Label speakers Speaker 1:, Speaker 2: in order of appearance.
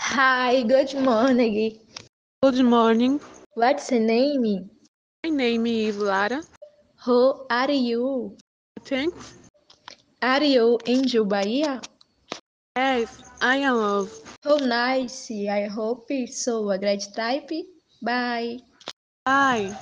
Speaker 1: Hi, good morning.
Speaker 2: Good morning.
Speaker 1: What's your name?
Speaker 2: My name is Lara.
Speaker 1: Who are you?
Speaker 2: Thanks.
Speaker 1: Are you Angel Bahia?
Speaker 2: Yes, I am love.
Speaker 1: Oh, nice. I hope so. A great type. Bye.
Speaker 2: Bye.